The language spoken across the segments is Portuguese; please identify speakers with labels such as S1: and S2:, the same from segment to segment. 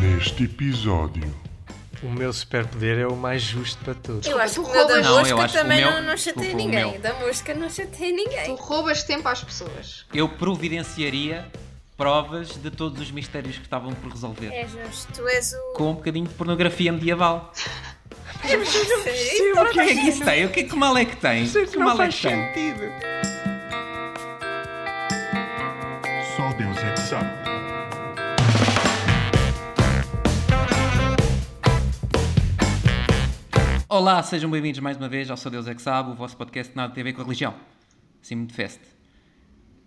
S1: Neste episódio.
S2: O meu superpoder é o mais justo para todos.
S3: Eu acho que
S4: Tu
S3: o meu da
S4: roubas- Não, eu
S3: mosca
S4: acho que o
S3: também
S4: meu-
S3: não, não chatei
S4: o- o
S3: ninguém.
S4: meu.
S3: Da mosca não chatei
S4: Tu
S5: É.
S3: ninguém.
S4: roubas tempo às pessoas.
S5: Eu providenciaria provas de todos os mistérios que estavam por resolver.
S3: És É justo, tu és o.
S5: Com um bocadinho de pornografia medieval.
S3: Sim,
S5: o que é que isso tem? O que é que mal é que tem? que mal é que tem?
S2: sentido.
S1: Só Deus é que sabe.
S5: Olá, sejam bem-vindos mais uma vez ao Só Deus é que Sabe, o vosso podcast que nada tem a ver com a religião. Sim, muito fest.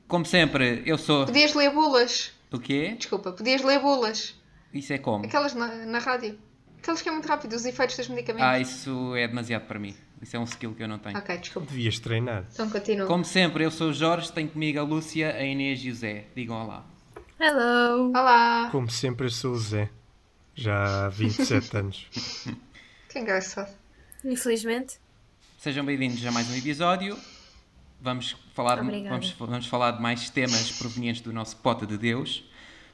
S5: Como sempre, eu sou.
S4: Podias ler bolas.
S5: O quê?
S4: Desculpa, podias ler bolas.
S5: Isso é como?
S4: Aquelas na, na rádio. Aquelas que é muito rápido, os efeitos dos medicamentos.
S5: Ah, isso é demasiado para mim. Isso é um skill que eu não tenho.
S4: Ok, desculpa.
S2: Devias treinar.
S4: Então continua.
S5: Como sempre, eu sou o Jorge, tenho comigo a Lúcia, a Inês e o Zé. Digam olá.
S3: Hello!
S4: Olá.
S2: Como sempre, eu sou o Zé. Já há 27 anos.
S4: Que engraçado.
S3: Infelizmente,
S5: Sejam bem-vindos a mais um episódio. Vamos falar,
S3: Obrigada.
S5: vamos, vamos falar de mais temas provenientes do nosso pote de Deus.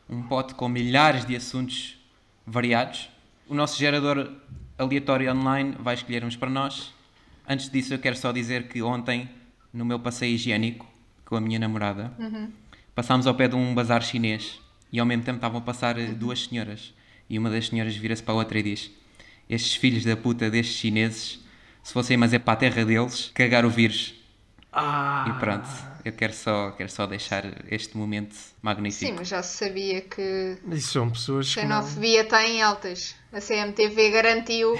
S5: Um pote com milhares de assuntos variados. O nosso gerador aleatório online vai escolher uns para nós. Antes disso, eu quero só dizer que ontem, no meu passeio higiênico com a minha namorada, passámos ao pé de um bazar chinês e ao mesmo tempo estavam a passar eh, duas senhoras. E uma das senhoras vira-se para a outra e diz: Estes filhos da puta destes chineses, se fossem mas é para a terra deles, cagar o vírus. E pronto, eu quero só, quero só deixar este momento magnífico.
S4: Sim, mas já se sabia que
S2: E são pessoas que. Não...
S4: xenofobia está em altas. A CMTV garantiu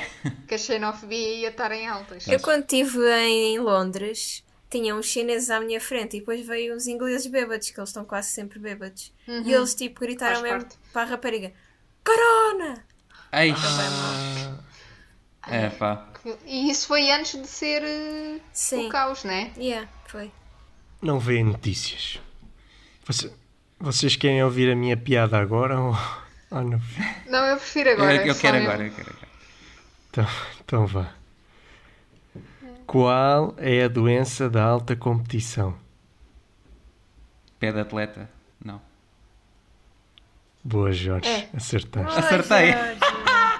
S4: que a xenofobia ia estar em altas.
S3: eu quando estive em Londres, tinha uns chineses à minha frente e depois veio uns ingleses bêbados, que eles estão quase sempre bêbados. E eles tipo gritaram
S4: Faz
S3: mesmo
S4: parte.
S3: para a rapariga: Corona!
S5: Ai, é pá.
S4: E isso foi antes de ser eh,
S3: Sim.
S4: o caos, né?
S3: Yeah, foi.
S2: Não vêem notícias. Você- Vocês querem ouvir a minha piada agora ou. ou no...
S4: Não, eu prefiro
S5: Eu,
S4: agora. é
S5: eu
S4: só
S5: quero
S4: mesmo.
S5: agora, eu quero agora.
S2: então, então vá. Qual é a doença da alta competição?
S5: Pé de atleta? Não.
S2: Boa, Jorge.
S4: É.
S2: Acertaste.
S5: Acertei.
S3: Ai,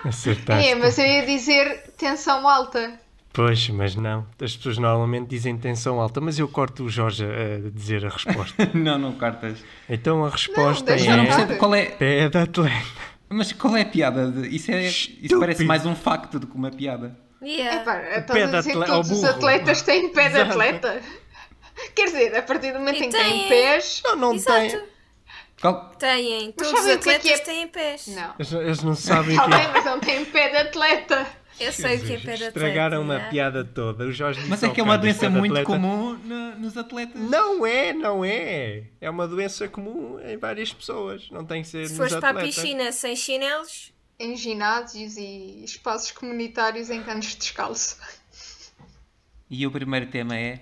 S2: Acertaste.
S4: É, mas eu ia dizer tensão alta.
S2: Pois, mas não. As pessoas normalmente dizem tensão alta, mas eu corto o Jorge a, a dizer a resposta.
S5: não, não cortas.
S2: então a resposta
S4: deixa
S5: Mas eu não
S4: É.
S5: percebo qual é.
S2: é pé de atleta.
S5: Mas qual é a piada? de- Isso, é, isso
S2: Estúpido.
S5: parece mais um facto do que uma piada.
S3: Yeah.
S4: Epá,
S2: É pé
S4: estás
S2: de
S4: a dizer que
S2: atle-
S4: todos
S2: ao
S4: os
S2: burro.
S4: atletas têm pé de
S2: Exato.
S4: atleta? Quer dizer, a partir do momento
S3: E
S4: em que têm
S3: têm-
S4: pés.
S2: Não, não
S3: Exato.
S5: Qual-
S3: Têm. Todos os
S4: sabem o que é
S3: atletas
S4: que é-
S3: têm pés.
S4: Não.
S2: Eles, eles não sabem o
S4: Está
S2: que é.
S4: bem, mas não têm pé de atleta.
S3: Eu sei o que é pé de atleta.
S2: Estragaram uma
S3: yeah.
S2: piada toda. O Jorge disse
S5: Mas é
S2: ao
S5: que é uma
S2: Carlos,
S5: doença
S2: pé de
S5: muito
S2: atleta.
S5: comum na- nos atletas.
S2: Não é, não é. É uma doença comum em várias pessoas. Não tem que ser
S3: Se
S2: nos
S3: fores para a
S2: atletas.
S3: piscina sem chinelos,
S4: Em ginásios e espaços comunitários em que andas descalço.
S5: E o primeiro tema é.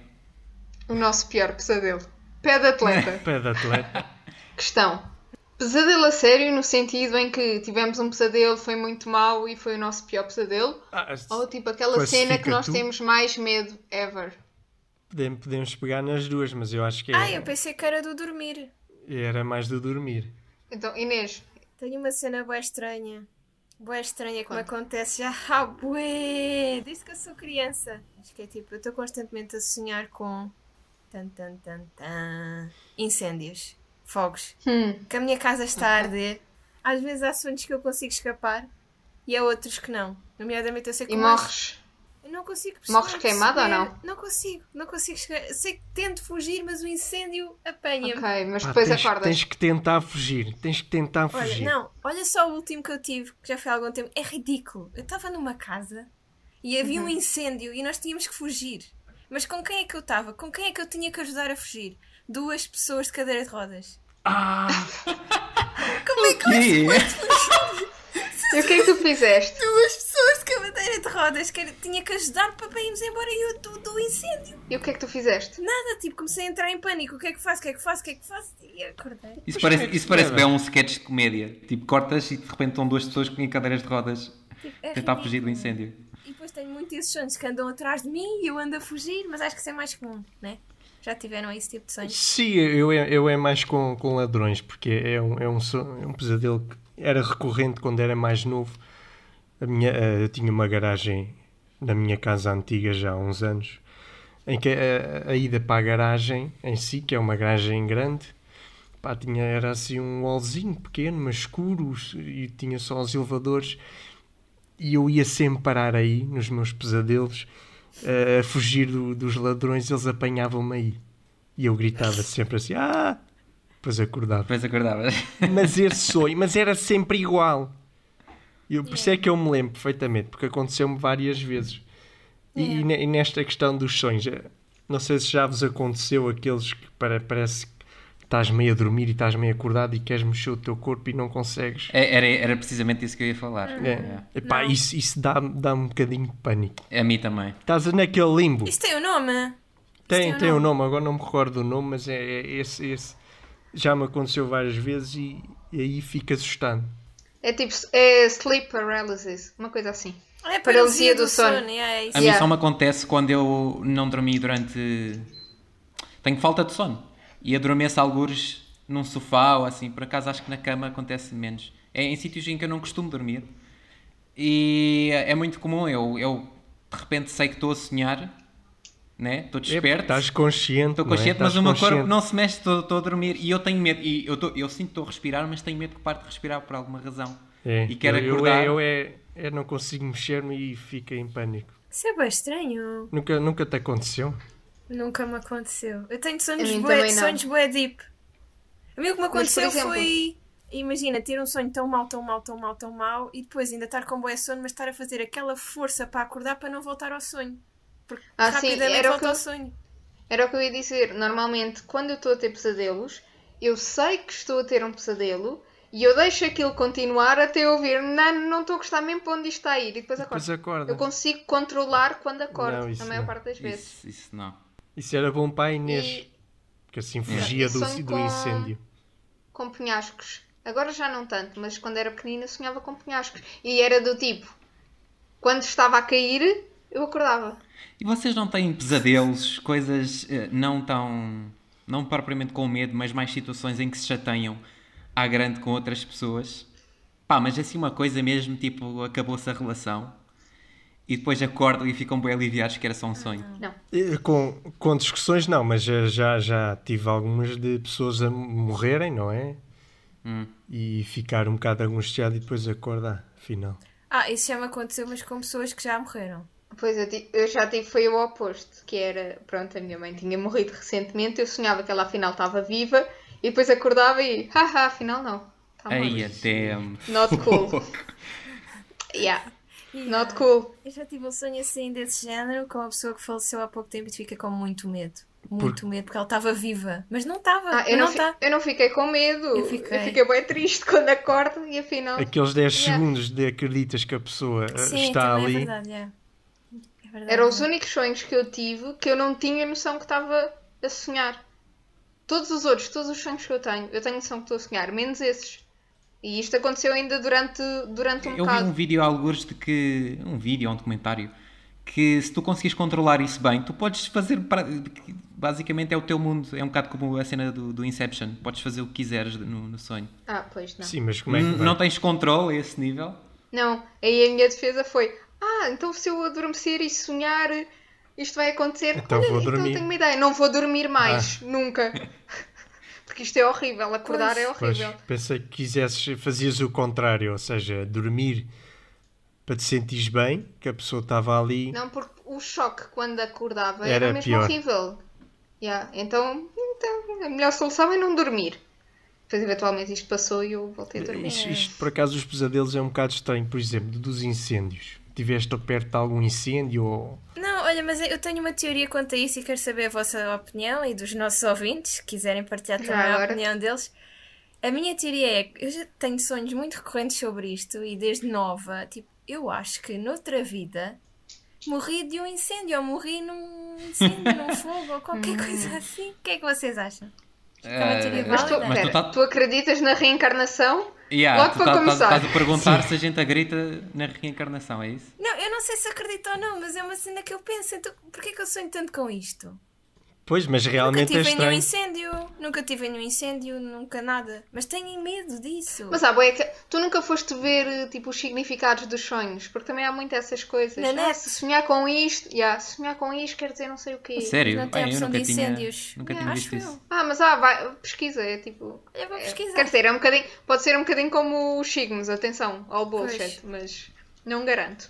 S4: O nosso pior pesadelo. Pé de atleta.
S2: Pé de atleta.
S4: Questão. Pesadelo a sério no sentido em que tivemos um pesadelo, foi muito mau e foi o nosso pior pesadelo?
S2: Ah,
S4: Ou tipo aquela cena que
S2: Classifica
S4: nós
S2: tu.
S4: temos mais medo ever?
S2: podem- Podemos pegar nas duas, mas eu acho que é-
S3: Ah, eu pensei que era do dormir.
S2: era mais do dormir.
S4: Então, Inês,
S3: Tenho uma cena bué estranha. Bué estranha que me acontece já há bué, desde que eu sou criança. Acho que é tipo, eu estou constantemente a sonhar com tan, tan, tan, tan, incêndios, fogos.
S4: Hum.
S3: Que a minha casa está a arder. Às vezes há sonhos que eu consigo escapar e há outros que não. Nomeadamente eu sei é que
S4: e
S3: o mais-
S4: morres.
S3: Eu não consigo
S4: Morres
S3: perceber-
S4: queimada ou não?
S3: Não consigo, não consigo chegar. Sei que tento fugir, mas o incêndio apanha-me.
S4: Ok, mas
S2: Pá,
S4: depois
S2: tens,
S4: acordas.
S2: tens que tentar fugir. Tens que tentar
S3: Olha,
S2: fugir.
S3: não, olha só o último que eu tive, que já foi há algum tempo. É ridículo. Eu estava numa casa e havia um incêndio e nós tínhamos que fugir. Mas com quem é que eu estava? Com quem é que eu tinha que ajudar a fugir? Duas pessoas de cadeira de rodas.
S5: Ah!
S3: Como é que eu
S5: quê?
S4: E o que é que tu fizeste?
S3: duas pessoas de cadeira de rodas que era- tinha que ajudar para para irmos embora e eu do, do incêndio?
S4: E o que é que tu fizeste?
S3: Nada, tipo, comecei a entrar em pânico. O que é que faço? O que é que faço? O que é que faço? E acordei.
S2: Mas
S5: Isso parece,
S2: como é que
S5: isso
S2: se
S5: parece
S2: leva?
S5: bem um sketch de comédia. Tipo, cortas e de repente estão duas pessoas em cadeiras de rodas
S3: É
S5: a tentar
S3: ridículo.
S5: fugir do incêndio.
S3: E depois tenho muitos esses sonhos que andam atrás de mim e eu ando a fugir, mas acho que isso é mais comum, né? Já tiveram esse tipo de sonhos?
S2: Sim, eu é, eu é mais com, com ladrões, porque é um, é um, so- é um pesadelo que era recorrente quando era mais novo. A minha, eh, eu tinha uma garagem na minha casa antiga já há uns anos, em que a, a ida para a garagem em si, que é uma garagem grande, pá, tinha, era assim um wallzinho pequeno, mas escuro, e tinha só os elevadores. E eu ia sempre parar aí, nos meus pesadelos, eh, a fugir do- dos ladrões, eles apanhavam-me aí. E eu gritava sempre assim, ah! Depois acordava
S5: Depois acordava.
S2: mas esse sonho, mas era sempre igual. E Eu, por isso é que eu me lembro perfeitamente, porque aconteceu-me várias vezes. E, e ne- e nesta questão dos sonhos, eh, não sei se já vos aconteceu aqueles que para- parece que estás meio a dormir e estás meio acordado e queres mexer o teu corpo e não consegues.
S5: É, Era, era precisamente isso que eu ia falar.
S2: É. Epá, isso, isso dá- dá-me um bocadinho de pânico.
S5: É. A mim também.
S2: Estás naquele limbo.
S3: Isto tem o nome?
S2: Tem,
S3: tem um
S2: tem um nome, agora não me recordo o nome, mas é, é esse, esse. Já me aconteceu várias vezes e, e aí fica assustante.
S4: É tipo, é sleep paralysis, uma coisa assim.
S3: É a
S4: Paralisia do sono.
S3: yeah, é isso.
S5: A
S4: Yeah.
S5: mim só me acontece quando eu não dormi durante. Tenho falta de sono. E adormeço algures num sofá ou assim. Por acaso acho que na cama acontece menos. É em sítios em que eu não costumo dormir. E é muito comum. Eu, eu de repente sei que estou a sonhar, né? Estou
S2: É,
S5: desperto.
S2: Estás consciente.
S5: Estou
S2: não é?
S5: consciente, mas
S2: Estás
S5: o meu
S2: consciente.
S5: corpo não se mexe, estou estou a dormir e eu tenho medo. E eu, tô- eu sinto que estou a respirar, mas tenho medo que parte de respirar por alguma razão.
S2: É,
S5: E quero
S2: eu,
S5: acordar.
S2: Eu, é, eu, é, eu não consigo mexer-me e fico em pânico.
S3: Isso é bem estranho.
S2: Nunca, nunca te aconteceu?
S3: Nunca me aconteceu. Eu tenho sonhos
S4: A mim
S3: bué,
S4: também não.
S3: sonhos bué deep. A mim o que me
S4: por
S3: aconteceu
S4: exemplo-
S3: foi... Imagina, ter um sonho tão mau, tão mau, tão mau, tão mau e depois ainda estar com bué sono, mas estar a fazer aquela força para acordar para não voltar ao sonho. Porque
S4: Ah, sim,
S3: rapidamente
S4: era o
S3: volta
S4: que eu-
S3: ao sonho.
S4: Era o que eu ia dizer. Normalmente, quando eu estou a ter pesadelos, eu sei que estou a ter um pesadelo e eu deixo aquilo continuar até eu ver, não, não estou a gostar mesmo para onde isto está a ir e depois acordo.
S2: Depois acorda.
S4: Eu consigo controlar quando acordo,
S2: Não, isso
S4: a maior
S2: não.
S4: parte das vezes.
S5: Isso, isso não.
S2: Isso era bom para a Inês,
S4: E
S2: porque assim fugia
S4: Eu
S2: do, do
S4: sonho com-
S2: incêndio.
S4: com penhascos. Agora já não tanto, mas quando era pequenina sonhava com penhascos. E era do tipo, quando estava a cair, eu acordava.
S5: E vocês não têm pesadelos, coisas eh, não tão. não propriamente com medo, mas mais situações em que se chateiam à grande com outras pessoas? Pá, mas assim uma coisa mesmo, tipo, acabou-se a relação e depois acordam e ficam bem aliviados que era só um sonho.
S4: Não.
S2: Eh, Com, com discussões não, mas já, já, já tive algumas de pessoas a morrerem, não é? E ficar um bocado angustiado e depois acordar, afinal.
S3: Ah, isso já me aconteceu, mas com pessoas que já morreram.
S4: Pois eu, ti- eu já tive, foi o oposto, que era, pronto, a minha mãe tinha morrido recentemente, eu sonhava que ela afinal estava viva e depois acordava e, haha, afinal não. Tá
S5: Ai,
S4: morta.
S5: até.
S4: Not cool. yeah, not cool.
S3: Eu já tive um sonho assim desse género com uma pessoa que faleceu há pouco tempo e fica com muito medo. Muito medo, porque ela estava viva. Mas não estava.
S4: Ah, eu,
S3: mas
S4: não
S3: não
S4: fi-
S3: está.
S4: eu não fiquei com medo, eu
S3: fiquei.
S4: fiquei, bem triste quando acordo e afinal...
S2: Aqueles 10
S4: Oh, Yeah.
S2: segundos de acreditas que a pessoa eh,
S3: Sim,
S2: está
S3: também
S2: ali.
S3: é verdade, é. É verdade,
S4: Eram os
S3: é.
S4: únicos sonhos que eu tive que eu não tinha noção que estava a sonhar. Todos os outros, todos os sonhos que eu tenho, eu tenho noção que estou a sonhar, menos esses. E isto aconteceu ainda durante, durante um
S5: Eu vi
S4: bocado.
S5: um vídeo há alguns de que. um vídeo ou um documentário que se tu conseguires controlar isso bem, tu podes fazer. pra- Basicamente é o teu mundo, é um bocado como a cena do, do Inception, podes fazer o que quiseres no, no sonho.
S4: Ah, pois não.
S2: Sim, mas como é que
S5: N-
S2: vai?
S5: Hum, não tens controle a esse nível?
S4: Não, aí a minha defesa foi: ah, então se eu adormecer e sonhar, isto vai acontecer.
S2: Então
S4: Olha,
S2: vou
S4: então
S2: dormir. Ah.
S4: tenho uma ideia, não vou dormir mais, nunca. Porque isto é horrível, acordar é
S2: Pois,
S4: horrível.
S2: pensei que quisesses, fazias o contrário, ou seja, dormir para te sentires bem, que a pessoa estava ali.
S4: Não, porque o choque quando acordava era,
S2: Era
S4: mesmo
S2: pior.
S4: horrível. Yeah, Então, então, a melhor solução é não dormir. Depois, eventualmente, isto passou e eu voltei a dormir.
S2: Eh, Isto, isto, por acaso, os pesadelos é um bocado estranho, por exemplo, dos incêndios. Tiveste perto de algum incêndio ou.
S3: Não, olha, mas eu tenho uma teoria quanto a isso e quero saber a vossa opinião e dos nossos ouvintes, se quiserem partilhar
S4: Já
S3: também a
S4: agora.
S3: opinião deles. A minha teoria é que eu já tenho sonhos muito recorrentes sobre isto e desde nova, tipo, eu acho que noutra vida morri de um incêndio ou morri num incêndio, num fogo ou
S4: Hum.
S3: qualquer coisa assim. O que é que vocês acham? é uma teoria
S5: Eh,
S4: Mas, tu,
S3: válida.
S5: mas
S4: pera,
S5: tu,
S4: tu,
S5: tá-
S4: acreditas na reencarnação?
S5: Yeah,
S4: logo
S5: tu
S4: para
S5: tá- tá-
S4: começar.
S5: estás a perguntar se a gente acredita na reencarnação, é isso?
S3: Não, eu não sei se acredito ou não, mas é uma cena que eu penso, então porquê que eu sonho tanto com isto?
S2: Pois, mas
S3: Nunca
S2: realmente é
S3: tive em nenhum
S2: estranho.
S3: incêndio, nunca tive em nenhum incêndio, nunca nada. Mas tenho medo disso.
S4: Mas sabe, é que tu nunca foste ver eh, tipo, os significados dos sonhos, porque também há muito essas coisas.
S3: Na
S4: Ah,
S3: net.
S4: se sonhar com isto, yeah, se sonhar com isto quer dizer não sei o quê.
S5: Sério?
S3: Não tem
S5: Olha, eu
S3: opção
S5: nunca
S3: de
S5: tinha,
S3: incêndios.
S5: nunca
S3: Não,
S5: tinha
S3: acho
S5: visto
S3: eu.
S5: isso.
S4: Ah, mas ah, vai, pesquisa, é tipo.
S3: Eu vou
S4: é-
S3: pesquisar.
S4: quer dizer, é um bocadinho, pode ser um bocadinho como os signos, atenção ao bullshit,
S3: Pois.
S4: mas não garanto.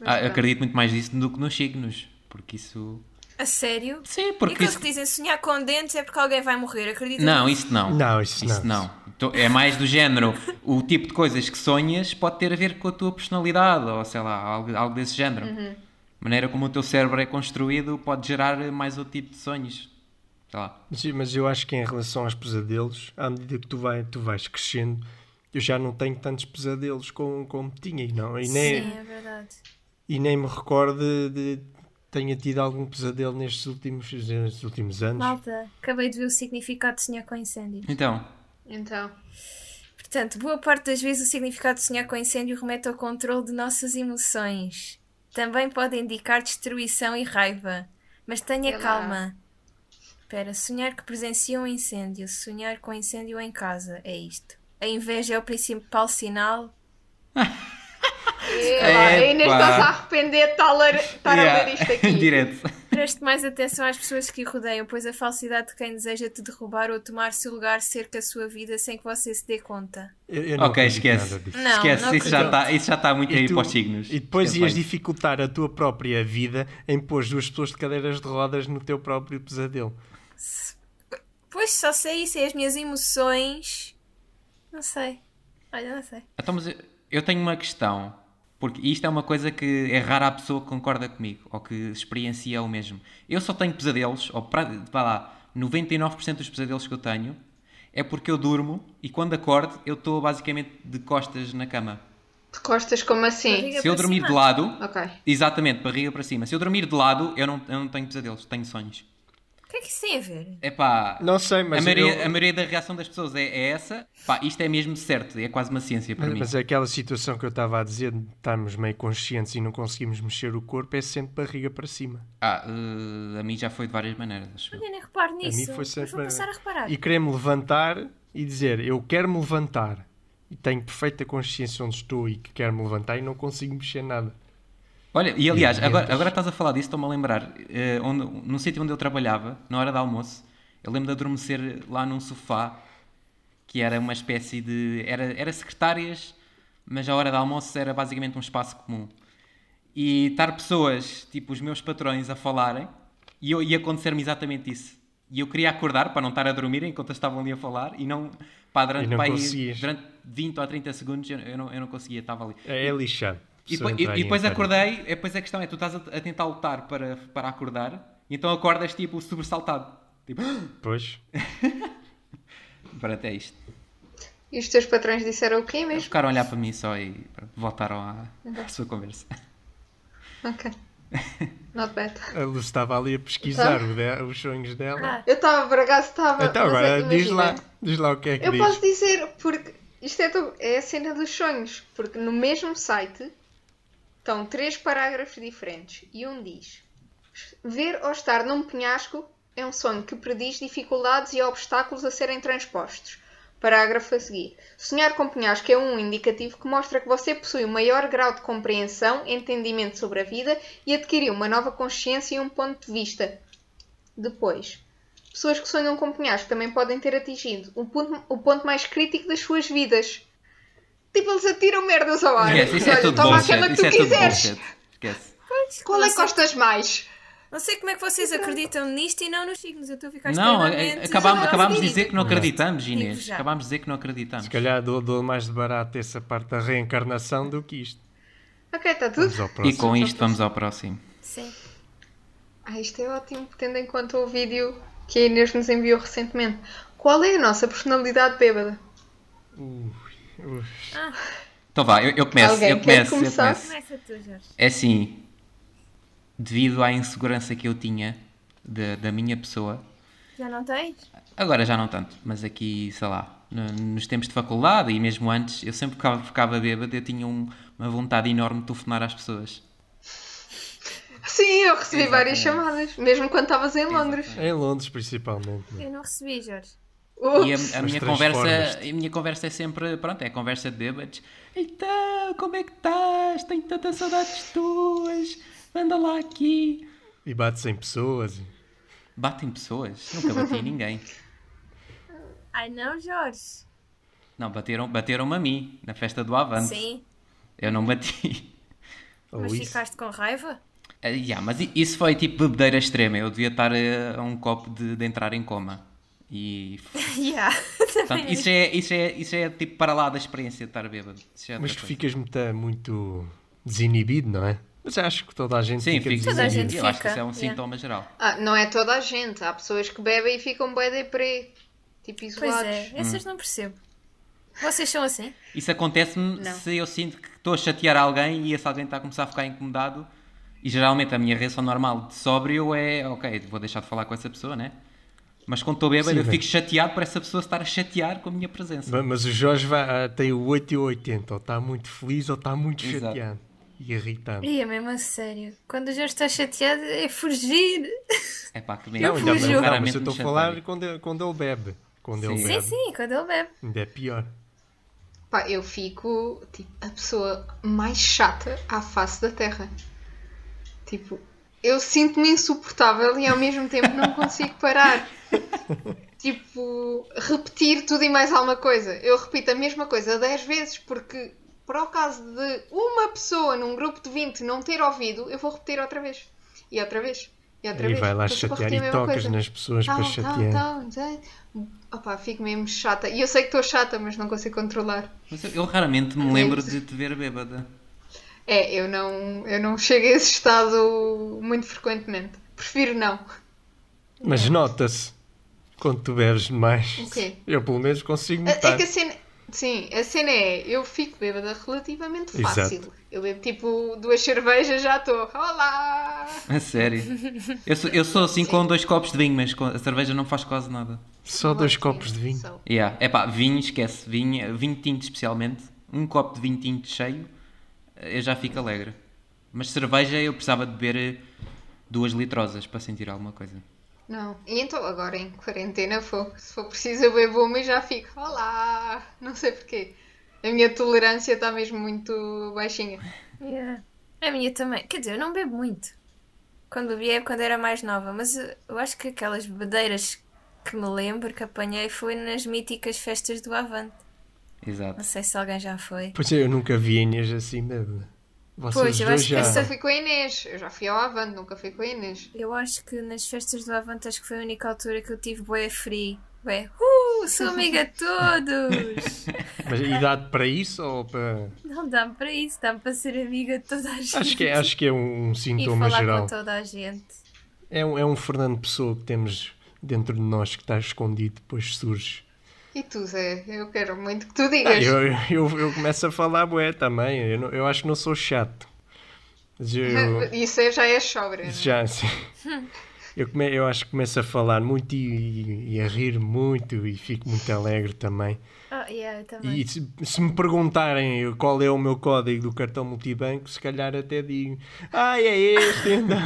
S4: Mas
S5: Ah,
S4: pronto.
S5: acredito muito mais nisso do que nos signos, porque isso...
S3: A sério?
S5: Sim,
S3: e
S5: porque
S3: aqueles
S5: isso...
S3: que dizem sonhar com dentes é porque alguém vai morrer, acredito.
S5: Não, isso não.
S2: Não, isso
S5: Isso
S2: não.
S5: não. Tô- É mais do género. O tipo de coisas que sonhas pode ter a ver com a tua personalidade ou sei lá, algo, algo desse género.
S3: Uhum.
S5: A maneira como o teu cérebro é construído pode gerar mais outro tipo de sonhos. Sei lá.
S2: Sim, mas eu acho que em relação aos pesadelos, à medida que tu, vai, tu vais crescendo, eu já não tenho tantos pesadelos como, como tinha e, não, e, nem,
S3: Sim, é verdade.
S2: e nem me recordo de, de tenha tido algum pesadelo nestes últimos, nestes últimos anos.
S3: Malta, acabei de ver o significado de sonhar com incêndio.
S5: Então,
S4: Então,
S3: Portanto, boa parte das vezes o significado de sonhar com incêndio remete ao controle de nossas emoções. Também pode indicar destruição e raiva. Mas tenha
S4: Sei lá.
S3: calma. Espera, sonhar que presencia um incêndio, sonhar com incêndio em casa, é isto. A inveja é o principal sinal.
S4: é, lá, a Inês
S5: Epá.
S4: está-se a arrepender de estar a ler- estar a
S5: yeah,
S4: ler isto aqui.
S5: direto.
S3: Preste mais atenção às pessoas que o rodeiam, pois a falsidade de quem deseja te derrubar ou tomar seu lugar cerca a sua vida sem que você se dê conta.
S2: Eu, eu não
S5: Ok,
S2: acredito
S5: esquece.
S2: nada disso.
S3: Não,
S5: esquece,
S3: não
S5: isso, já
S3: acredito.
S5: está, isso já está muito aí
S2: tu-
S5: para os signos.
S2: E depois
S5: Esquece
S2: ias
S5: lá isso.
S2: dificultar a tua própria vida em pôr duas pessoas de cadeiras de rodas no teu próprio pesadelo.
S3: Pois só sei isso, é as minhas emoções. Não sei. Olha, não sei.
S5: Então, mas eu- eu tenho uma questão, porque isto é uma coisa que é rara a pessoa que concorda comigo ou que experiencia o mesmo. Eu só tenho pesadelos, ou pra, vá lá, 99% dos pesadelos que eu tenho é porque eu durmo e quando acordo eu estou basicamente de costas na cama.
S4: De costas, como assim?
S3: Barriga
S5: Se eu
S3: para
S5: dormir
S3: cima.
S5: de lado,
S4: Ok.
S5: exatamente, barriga para cima. Se eu dormir de lado, eu não, eu não tenho pesadelos, tenho sonhos.
S3: O que é que isso tem a ver?
S5: É pá.
S2: Não sei, mas
S5: a, maioria,
S2: eu-
S5: a maioria da reação das pessoas é, é essa. Pá, isto é mesmo certo, é quase uma ciência para
S2: Mas,
S5: mim.
S2: mas aquela situação que eu estava a dizer, de estarmos meio conscientes e não conseguimos mexer o corpo, é sempre barriga para cima.
S5: Ah, eh, a mim já foi de várias maneiras. acho eu.
S3: Eu nem reparo nisso.
S2: a mim foi sempre.
S3: Eu vou passar a reparar.
S2: E querer-me levantar e dizer, eu quero-me levantar e tenho perfeita consciência onde estou e que quero-me levantar e não consigo mexer nada.
S5: Olha, e aliás,
S2: E
S5: agora,
S2: alimentas.
S5: agora estás a falar disso, estou-me a lembrar. eh, onde, num sítio onde eu trabalhava, na hora do almoço, eu lembro de adormecer lá num sofá que era uma espécie de. Era, era secretárias, mas a hora do almoço era basicamente um espaço comum. E estar pessoas, tipo os meus patrões, a falarem e, eu, e acontecer-me exatamente isso. E eu queria acordar para não estar a dormir enquanto eles estavam ali a falar e não. Pá, durante,
S2: E não
S5: pá, aí-
S2: conseguias.
S5: durante 20 ou 30 segundos eu, eu não, eu não conseguia, estava ali.
S2: É, é lixado.
S5: E, depois- e- e depois acordei, e depois a questão é, tu estás a, a tentar lutar para, para acordar, e então acordas tipo sobressaltado. Tipo,
S2: Depois.
S5: pronto, é isto.
S4: E os teus patrões disseram o quê
S5: Eles
S4: mesmo?
S5: ficaram a olhar para mim só e pronto, voltaram à, à sua conversa.
S4: Ok. Not bad.
S2: A Lu estava ali a pesquisar o de- os sonhos dela.
S3: Ah,
S4: Eu estava, por acaso estava.
S2: então
S4: mas é-
S2: agora diz
S4: imagina.
S2: lá, diz lá o que é que
S4: Eu
S2: diz.
S4: posso dizer, porque isto é, do- é a cena dos sonhos, porque no mesmo site estão três parágrafos diferentes e um diz: Ver ou estar num penhasco é um sonho que prediz dificuldades e obstáculos a serem transpostos. Parágrafo a seguir. Sonhar com penhasco é um indicativo que mostra que você possui um maior grau de compreensão, entendimento sobre a vida e adquiriu uma nova consciência e um ponto de vista. Depois, Pessoas que sonham com penhasco também podem ter atingido o ponto, o ponto mais crítico das suas vidas. Tipo, eles atiram merdas ao ar.
S5: Esquece, isso é
S4: Olha,
S5: tudo
S4: toma aquela
S5: bullshit,
S4: que
S5: isso
S4: tu
S5: é tudo
S4: quiseres.
S5: bullshit. Esquece.
S4: Qual é que
S3: não, sei,
S4: gostas mais?
S3: não sei como é que vocês acreditam nisto e não nos signos. Eu estou a ficar
S5: Não, é,
S3: extremamente-
S5: acabámos,
S4: Não,
S5: acabámos de
S4: digo.
S5: dizer que não acreditamos,
S3: Digo
S5: Inês.
S3: já.
S5: Acabámos de dizer que não acreditamos.
S2: Se calhar dou, dou mais de barato essa parte da reencarnação do que isto.
S4: Ok, está tudo.
S2: Vamos ao
S5: E
S2: próximo.
S5: com isto vamos ao próximo.
S3: Sim.
S4: Ah, isto é ótimo, tendo em conta o vídeo que a Inês nos enviou recentemente. Qual é a nossa personalidade bêbada?
S5: Então vá, eu, eu começo,
S4: Alguém
S5: eu
S4: quer
S5: começo, eu
S4: começar?
S5: começo.
S3: Começa tu, Jorge.
S5: É assim, devido à insegurança que eu tinha da- da minha pessoa,
S3: Já não tens?
S5: Agora já não tanto, mas aqui, sei lá, no- nos tempos de faculdade e mesmo antes, eu sempre ficava, ficava bêbado, eu tinha um- uma vontade enorme de telefonar às pessoas.
S4: Sim, eu recebi várias
S5: Exatamente.
S4: chamadas, mesmo quando estavas em Londres.
S5: Exatamente.
S2: Em Londres, principalmente. né?
S3: Eu não recebi, Jorge.
S5: E
S4: Ups.
S5: a, a
S2: Mas
S5: minha conversa,
S2: transformas-te.
S5: a minha conversa é sempre, pronto, é conversa de bêbados. Então, como é que estás? Tenho tantas saudades tuas. Manda lá aqui.
S2: E bates em pessoas.
S5: Batem pessoas? Nunca bati em ninguém.
S3: Ai não, Jorge.
S5: Não, bateram, bateram-me a mim, na festa do Avante.
S3: Sim.
S5: Eu não bati.
S2: Ou
S3: mas
S2: isso.
S3: ficaste com raiva?
S5: Ah, yeah, mas i- isso foi tipo bebedeira extrema. Eu devia estar eh, a um copo de, de entrar em coma. E.
S3: yeah.
S5: Portanto, isso, já é, isso, já é, isso já é tipo para lá da experiência de estar bêbado. Isso já é
S2: Mas
S5: outra coisa.
S2: ficas muito, muito desinibido, não é? Mas acho que toda a gente
S5: Sim,
S2: fica
S5: fico
S3: Toda a
S2: desinibida.
S3: gente
S5: Eu acho que isso é um
S3: fica, yeah.
S5: sintoma geral.
S4: Ah, não é toda a gente. Há pessoas que bebem e ficam bem deprê. Tipo
S3: Pois
S4: isolados.
S3: é,
S2: Hum.
S3: essas não percebo. Vocês são assim?
S5: Isso acontece-me
S4: Não.
S5: se eu sinto que estou a chatear alguém e esse alguém está a começar a ficar incomodado. E geralmente a minha reação normal de sóbrio é: ok, vou deixar de falar com essa pessoa, né? Mas quando estou bêbado,
S2: Sim,
S5: eu
S2: né?
S5: fico chateado por essa pessoa estar a chatear com a minha presença.
S2: Ma- Mas o Jorge vai- ah, tem o 8 e o 80. Ou está muito feliz ou está muito
S5: Exato.
S2: chateado. E irritado.
S3: Ia é mesmo a sério. Quando o Jorge está chateado é fugir.
S5: É pá, que
S2: Não, ainda
S3: fujo.
S2: bem,
S5: eu
S2: não, mas
S5: raramente
S2: eu estou a
S5: me
S2: falar
S5: chateio.
S2: quando, quando ele bebe. Quando ele
S5: Sim.
S2: bebe.
S3: Sim, sim, quando ele bebe.
S2: Ainda é pior.
S4: Pá, eu fico tipo, a pessoa mais chata à face da Terra. Tipo, eu sinto-me insuportável e ao mesmo tempo não consigo parar. tipo, repetir tudo e mais alguma coisa. Eu repito a mesma coisa 10 vezes porque, para o caso de uma pessoa num grupo de 20 não ter ouvido, eu vou repetir outra vez. E outra vez. E outra
S2: E
S4: vez.
S2: vai lá
S4: Estou sempre a
S2: chatear
S4: repetir
S2: e
S4: a mesma
S2: tocas
S4: coisa.
S2: nas pessoas para
S4: Tal, tal,
S2: chatear.
S4: tal, tal. Opa, fico mesmo chata. E eu sei que estou chata, mas não consigo controlar.
S5: Mas eu, eu raramente me lembro de te ver bêbada.
S4: É, eu não, eu não chego a esse estado muito frequentemente. Prefiro não.
S2: Mas nota-se quando tu bebes demais.
S4: O quê?
S2: Eu pelo menos consigo
S4: É-
S2: notar.
S4: É que a cena. Sim, a cena é, eu fico bêbada relativamente
S2: Exato.
S4: fácil. Eu bebo tipo duas cervejas, já estou. Olá!
S5: A sério. Eu sou, eu sou assim com dois copos de vinho, mas com- a cerveja não faz quase nada.
S2: Só dois
S4: Ótimo,
S2: copos de vinho.
S4: é só.
S5: Yeah. Epá, vinho, esquece. Vinho, vinho tinto especialmente. Um copo de vinho tinto cheio, eu já fico alegre. Mas cerveja eu precisava de beber eh, duas litrosas para sentir alguma coisa.
S4: Não. E então agora em quarentena, fogo. se for preciso, eu bebo uma e já fico. Olá! Não sei porquê. A minha tolerância está mesmo muito baixinha.
S3: Yeah. A minha também. Quer dizer, eu não bebo muito. Quando bebia é quando era mais nova, mas uh, eu acho que aquelas bebedeiras que me lembro que apanhei foi nas míticas festas do Avante. Não
S5: Exato.
S3: sei se alguém já foi.
S2: Pois é, eu nunca vi a Inês assim bêbada. Vocês
S3: Pois, eu
S2: dois
S3: acho que
S2: já.
S4: Eu só
S3: essa-
S4: fui com a Inês. Eu já fui ao Avante, nunca fui com a Inês.
S3: Eu acho que nas festas do Avante acho que foi a única altura que eu tive boé free. Bué, uh, sou amiga de todos!
S2: Mas idade para isso ou para.
S3: Não dá-me para isso, dá-me para ser amiga de toda a gente.
S2: Acho que, é- acho que é um
S3: E
S2: sintoma
S3: falar
S2: geral.
S3: com toda a gente.
S2: É um, é um Fernando Pessoa que temos dentro de nós que está escondido, depois surge.
S4: E tu, Zé? Eu quero muito que tu
S2: Ah,
S4: digas.
S2: eu, eu, eu começo a falar, bué, também. Eu, não- eu acho que não sou chato. Mas eu- eu,
S4: Isso é- já é sobra.
S2: Isso já, sim. Eu, come, eu acho que começo a falar muito e, e a rir muito e fico muito alegre também.
S3: Oh, yeah, eu também.
S2: E se, se me perguntarem qual é o meu código do cartão multibanco, se calhar até digo: Ah, é este ainda.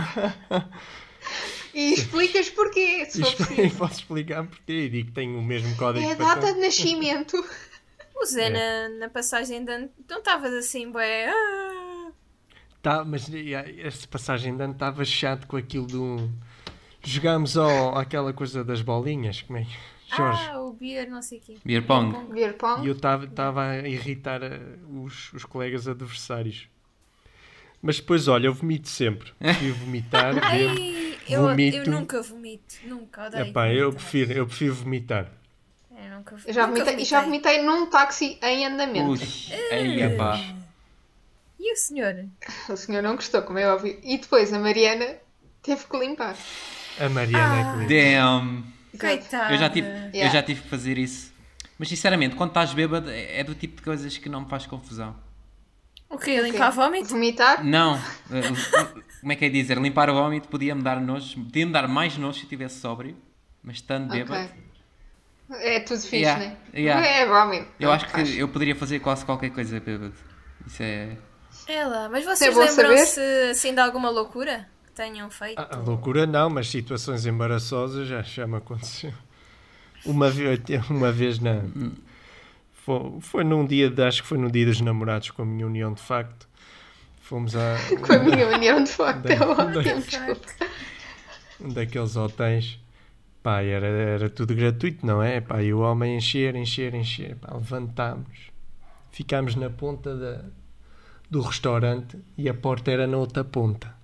S4: E explicas porquê, se for
S2: E
S4: possível.
S2: posso explicar porquê. E digo que tenho o mesmo código
S4: É a
S2: para
S4: data
S2: todos.
S4: de nascimento.
S3: O
S2: é.
S3: Zé na, na passagem de ano, não estavas assim, bué. "Ah".
S2: Tá, mas e, a- essa passagem de ano estava chato com aquilo do. Jogámos ao, àquela coisa das bolinhas, como é que. Jorge.
S3: Ah, o beer, não sei o quê.
S5: Beer pong.
S4: Beer
S2: E
S4: pong.
S2: eu estava a irritar eh, os, os colegas adversários. Mas depois, olha, eu vomito sempre. Prefiro vomitar. bebo.
S3: Ai, eu, eu
S2: Vomito.
S3: nunca vomito, nunca, odeio.
S2: Epá, eu
S3: vomitar.
S2: prefiro, eu prefiro vomitar.
S3: Eu nunca,
S4: Eu Já
S3: nunca
S4: vomitei, já
S3: vomitei.
S4: vomitei num táxi em andamento.
S5: Ui, ei, é pá.
S3: E o senhor?
S4: O senhor não gostou, como é óbvio. E depois a Mariana teve que limpar.
S2: A Mariana
S5: Ah.
S2: é que lida.
S5: Damn.
S3: Coitado.
S5: Eu já, tive, eu
S4: Yeah.
S5: já tive que fazer isso. Mas sinceramente, quando estás bêbado, é é do tipo de coisas que não me faz confusão.
S3: O quê? Limpar vómito?
S4: Vomitar?
S5: Não, eh, o- o- como é que é dizer? Limpar o vómito podia-me dar nojo, podia-me dar mais nojo se eu estivesse sóbrio, mas estando bêbado.
S4: Ok. É tudo fixe,
S5: Yeah,
S4: né?
S5: yeah.
S4: É vómito.
S5: Eu acho que
S4: Faz.
S5: eu poderia fazer quase qualquer coisa bêbado. Isso é.
S3: É lá, mas
S4: É
S3: vocês
S4: bom
S3: lembram-se assim de alguma loucura? tenham feito.
S2: A, a loucura não, mas situações embaraçosas já, já me aconteceu. Uma vez, uma vez na. Foi, foi num dia, de- acho que foi no dia dos namorados com a minha união de facto. Fomos a.
S4: Com a minha união de facto é
S2: Bem,
S4: ótimo,
S3: bem.
S4: desculpa.
S2: um daqueles hotéis, pá, era, era tudo gratuito, não é? Pá, e o homem encher, encher, encher, pá, levantámos, ficámos na ponta da, do restaurante e a porta era na outra ponta.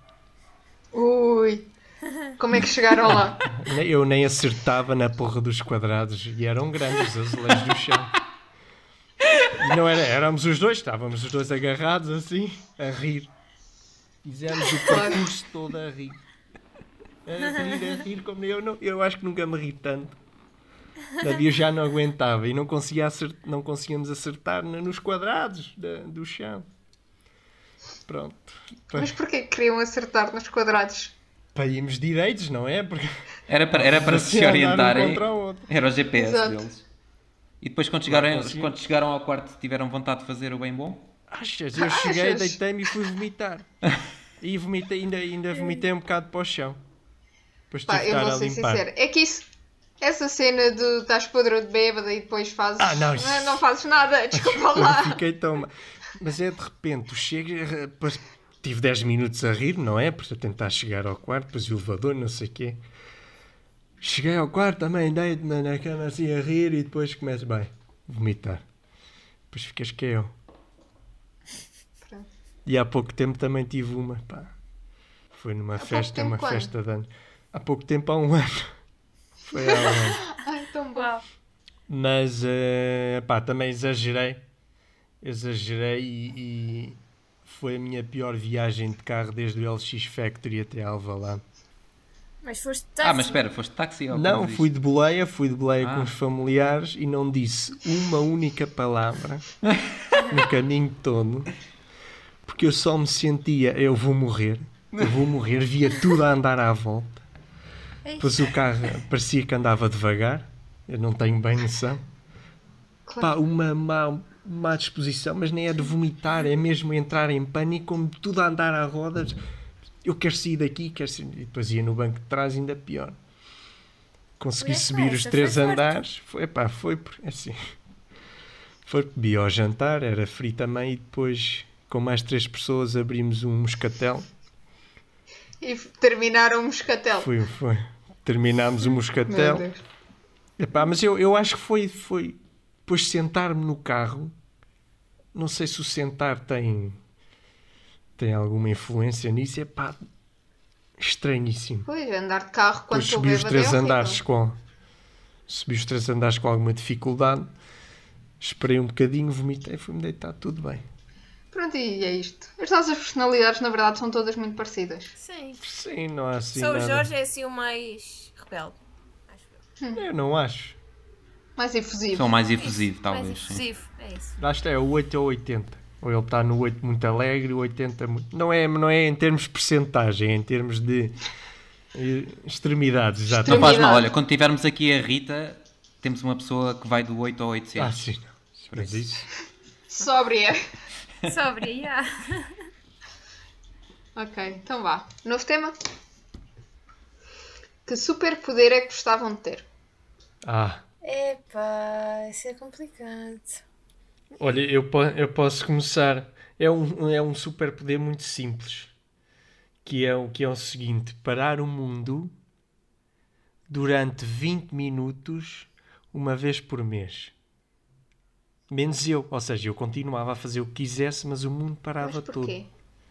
S4: Ui, como é que chegaram lá?
S2: Ne- Eu nem acertava na porra dos quadrados e eram grandes os azulejos do chão. E não era, éramos os dois, estávamos os dois agarrados assim, a rir. Fizemos o percurso todo a rir. A rir, a rir, como eu, não, eu acho que nunca me ri tanto. Daí eu já não aguentava e não, conseguia acert, não conseguíamos acertar na- nos quadrados da- do chão. Pronto.
S4: Mas porquê que queriam acertar nos quadrados?
S2: Para irmos direitos, não é? Porque
S5: Era para, era para se
S2: assim, andar um
S5: orientarem.
S2: contra o outro.
S5: Era o GPS
S4: Exato.
S5: deles. E depois, quando chegaram,
S2: Não é consigo.
S5: quando chegaram ao quarto, tiveram vontade de fazer o bem bom?
S2: Achas? Eu cheguei,
S4: Achas?
S2: deitei-me e fui vomitar. E vomitei, ainda, ainda vomitei um bocado para o chão. Depois tive
S4: Pá,
S2: que
S4: eu
S2: estar a
S4: vou ser
S2: limpar.
S4: sincera. É que isso, essa cena do estás podre de bêbada e depois fazes.
S2: Ah, não,
S4: não,
S2: isso-
S4: fazes nada, desculpa
S2: Eu
S4: lá.
S2: fiquei tão. ma- Mas é de repente, tu chegas. eh, Depois, tive 10 minutos a rir, não é? Por tentar chegar ao quarto, depois o elevador, não sei o quê. Cheguei ao quarto também, deito-me na cama assim a rir e depois começo, bem, vomitar. Depois ficas que eu.
S4: Pronto.
S2: E há pouco tempo também tive uma, pá. Foi numa
S4: pouco
S2: festa,
S4: tempo
S2: uma
S4: quando?
S2: festa de anos. Há pouco tempo, há um ano. Foi há um ano.
S4: Ai, tão bom.
S3: Uau.
S2: Mas, eh, pá, também exagerei. Exagerei e, e foi a minha pior viagem de carro desde o LX Factory até Alvalade.
S3: Mas foste
S5: Ah,
S4: Tá
S3: táxi.
S5: mas espera, foste de táxi ou como
S2: Não,
S5: diz?
S2: fui de boleia, fui de boleia
S5: Ah.
S2: com os familiares e não disse uma única palavra no caminho todo, porque eu só me sentia, eu vou morrer, eu vou morrer, via tudo a andar à volta.
S3: Ei.
S2: Pois o carro parecia que andava devagar, eu não tenho bem noção. Pá, uma má, má disposição, mas nem é de vomitar, é mesmo entrar em pânico, como tudo a andar à roda. Eu quero sair daqui, quero sair. E depois ia no banco de trás, ainda pior. Consegui
S3: Ui, epá,
S2: subir os
S3: essa
S2: três
S3: foi forte.
S2: andares. Foi, epá, foi por- assim. Foi bebi ao jantar, era frio também, e depois, com mais três pessoas, abrimos um moscatel.
S4: E terminaram o moscatel.
S2: Foi, foi. Terminámos o
S4: Meu
S2: moscatel.
S4: Deus.
S2: Epá, mas eu, eu acho que foi, foi depois de sentar-me no carro. Não sei se o sentar tem, tem alguma influência nisso. É pá, estranhíssimo.
S4: Pois, andar de carro quando
S2: Depois
S4: estou
S2: subi os
S4: bêbada é
S2: três
S4: horrível.
S2: andares com. Subi os três andares com alguma dificuldade. Esperei um bocadinho, vomitei, fui-me deitar, tudo bem.
S4: Pronto, e é isto. As nossas personalidades, na verdade, são todas muito parecidas.
S3: Sim.
S2: Sim, não há assim.
S3: Só o
S2: nada.
S3: Jorge é assim o mais rebelde.
S2: Eu não acho.
S4: Mais efusivas.
S5: Sou mais efusivo, talvez.
S3: Mais
S5: sim.
S3: efusivo. É isso.
S2: Lá está, é o 8 ou 80. Ou ele está no 8 muito alegre, o 80 muito. Não é, não é em termos de percentagem, é em termos de eh, extremidades, exato.
S5: Não faz mal,
S4: Terminado.
S5: olha, quando tivermos aqui a Rita, temos uma pessoa que vai do 8 ao 800.
S2: Ah, sim. não. Mas isso.
S4: Sóbria.
S3: Sobre, yeah.
S4: Ok, então vá. Novo tema? Que superpoder é que gostavam de ter?
S2: Ah,
S3: Epá, isso é complicado.
S2: olha, eu, po- eu posso começar. É um, é um superpoder muito simples. Que é, o- que é o seguinte: parar o mundo durante 20 minutos, uma vez por mês. Menos eu, ou seja, eu continuava a fazer o que quisesse, mas o mundo
S4: Mas
S2: parava todo.
S4: porquê?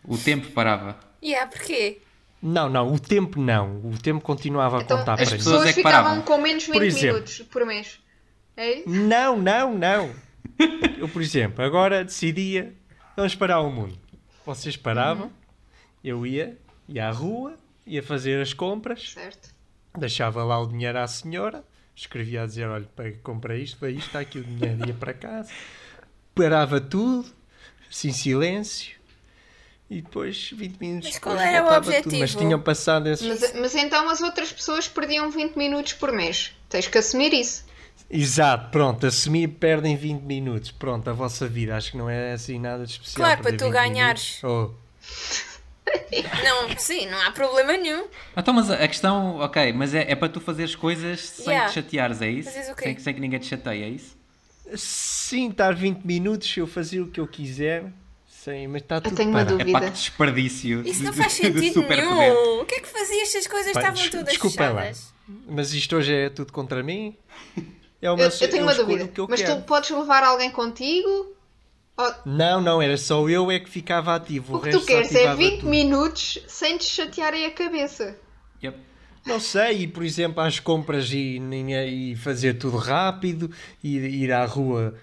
S5: O tempo parava.
S3: Yeah, porquê?
S2: Não, não, o tempo não. O tempo continuava a
S4: Então,
S2: contar
S5: as
S2: tá, para
S5: pessoas-
S2: mim.
S5: é que
S4: ficavam
S5: paravam.
S4: com menos 20
S2: Por exemplo.
S4: minutos por mês. É isso?
S2: Não, não, não. Eu, por exemplo, agora decidia, vamos parar o mundo. Vocês paravam, eu ia, ia à rua, ia fazer as compras,
S4: Certo.
S2: deixava lá o dinheiro à senhora, escrevia a dizer, olha, para comprar isto, para isto, está aqui o dinheiro, ia para casa. Parava tudo, assim, silêncio. E depois, 20 minutos
S3: Mas
S2: depois,
S3: qual era o
S2: voltava tudo. Mas
S3: objetivo?
S2: tinham passado esses...
S4: Mas, mas então as outras pessoas perdiam 20 minutos por mês. Tens que assumir isso.
S2: Exato, pronto, assumir perdem 20 minutos. Pronto, a vossa vida acho que não é assim nada de especial.
S3: Claro, para
S2: perder
S3: tu
S2: 20 minutos.
S3: ganhares.
S2: Oh.
S3: Não, sim, não há problema nenhum.
S5: Então, mas a a questão, ok, mas é, é para tu fazeres coisas sem
S3: Yeah.
S5: te chateares, é isso?
S3: Fazes o quê?
S5: sem, sem que ninguém te chateie, é isso?
S2: Sim, estar 20 minutos, eu fazer o que eu quiser, sim, mas está tudo
S4: tenho uma
S2: parado.
S5: É
S4: Dúvida.
S5: pá, que desperdício
S3: Isso
S5: de-
S3: não faz
S5: de- de
S3: sentido
S5: superpoder.
S3: nenhum. O que é que fazias se as coisas
S2: Pá,
S3: estavam
S2: des-
S3: todas
S2: desculpem lá.
S3: fechadas?
S2: Mas isto hoje é tudo contra mim? É uma,
S4: Eu, eu tenho uma
S2: escolho
S4: dúvida.
S2: o que eu
S4: Mas
S2: quero.
S4: tu podes levar alguém contigo?
S2: Não, não, era só eu é que ficava ativo.
S4: O que
S2: resto
S4: tu queres é
S2: desativava
S4: 20
S2: tudo.
S4: minutos sem te chatearem a cabeça.
S5: Yep.
S2: Não sei, e por exemplo, às compras e, ninguém- e fazer tudo rápido, e ir à rua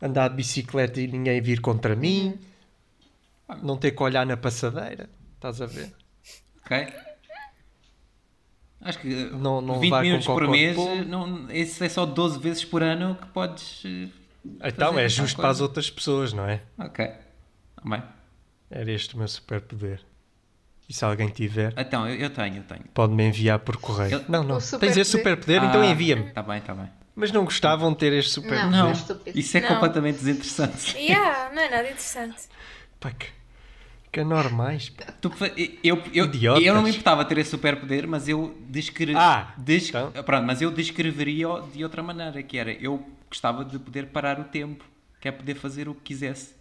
S2: andar de bicicleta e ninguém vir contra mim, não ter que olhar na passadeira, estás a ver?
S5: Ok? Acho que eh,
S2: Não- não
S5: 20
S2: vai com
S5: minutos por
S2: cocô de
S5: mês,
S2: pombo.
S5: eh, não, esse é só 12 vezes por ano que podes. eh,
S2: Então
S5: Fazer
S2: é
S5: tal
S2: justo
S5: coisa.
S2: para as outras pessoas, não é?
S5: Ok. Tá bem.
S2: Era este o meu superpoder. E se alguém tiver,
S5: Então, eu, eu tenho, eu tenho.
S2: pode-me enviar por correio.
S5: Eu-
S2: Não, não,
S4: O
S2: tens esse
S5: Ah,
S2: superpoder, então envia-me.
S5: Tá bem, tá bem.
S2: Mas não gostavam de ter este superpoder.
S5: Não,
S4: Não, estúpido.
S5: isso é
S3: Não.
S5: completamente desinteressante.
S3: Yeah, não é nada interessante.
S2: Pá, que, que anormais. pá.
S5: Tu fa- eu, eu,
S2: Idiotas.
S5: eu não me importava ter esse superpoder, mas eu descre...
S2: Ah,
S5: des-
S2: então.
S5: pronto, mas eu descreveria de outra maneira, que era eu gostava de poder parar o tempo, que é poder fazer o que quisesse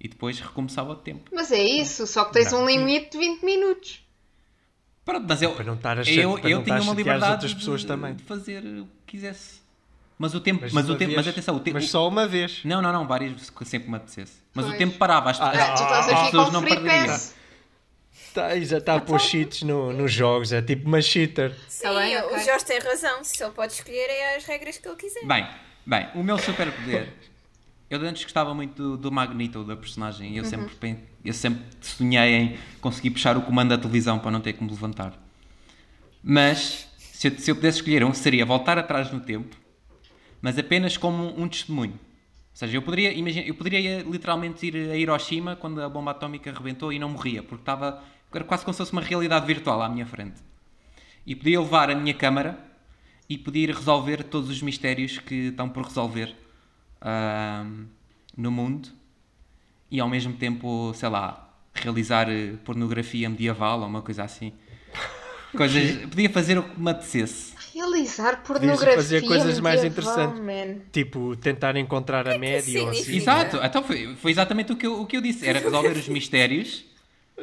S5: e depois recomeçava o tempo.
S4: Mas é isso, só que tens
S2: Não.
S4: um limite de 20 minutos.
S5: Pronto, mas eu
S2: Para não estar a chate-
S5: eu,
S2: para
S5: eu
S2: não estar
S5: tinha
S2: a
S5: uma
S2: chatear as
S5: liberdade
S2: outras pessoas
S5: de,
S2: também.
S5: de fazer o que quisesse. Mas o tempo, mas, o
S2: uma
S5: tempo, mas
S2: vez-
S5: atenção, o tempo
S2: Mas só uma vez.
S5: Não, não, não, várias que sempre me apetecesse. Mas o
S4: Pois.
S5: tempo parava, as,
S2: Ah,
S4: Ah, tu estás
S5: as
S4: aqui
S5: pessoas
S4: com
S5: não
S4: free
S5: perderiam.
S4: pass.
S2: Está tá a pôr cheats no, nos jogos, é tipo uma cheater.
S3: Sim,
S4: bem, ok.
S3: o Jorge tem razão. Se ele pode escolher é as regras que ele quiser.
S5: Bem, bem, o meu superpoder. Eu antes gostava muito do, do Magneto, da personagem. Eu, sempre, pen- eu sempre sonhei em conseguir puxar o comando da televisão para não ter que me levantar. Mas, se eu, se eu pudesse escolher um, seria voltar atrás no tempo, mas apenas como um testemunho. Ou seja, eu poderia, imagina, eu poderia literalmente ir a Hiroshima quando a bomba atómica arrebentou e não morria, porque estava era quase como se fosse uma realidade virtual à minha frente e podia levar a minha câmara e podia ir resolver todos os mistérios que estão por resolver ahm, no mundo e ao mesmo tempo, sei lá, realizar eh, pornografia medieval ou uma coisa assim. Coisas, podia fazer o que me apetecesse.
S4: Realizar
S2: Devias
S4: pornografia.
S2: fazer coisas mais
S4: medieval,
S2: interessantes.
S4: man.
S2: Tipo, tentar encontrar a média ou assim.
S3: significa?
S5: Exato, então foi, foi exatamente o que, eu, o que eu disse: era resolver os mistérios.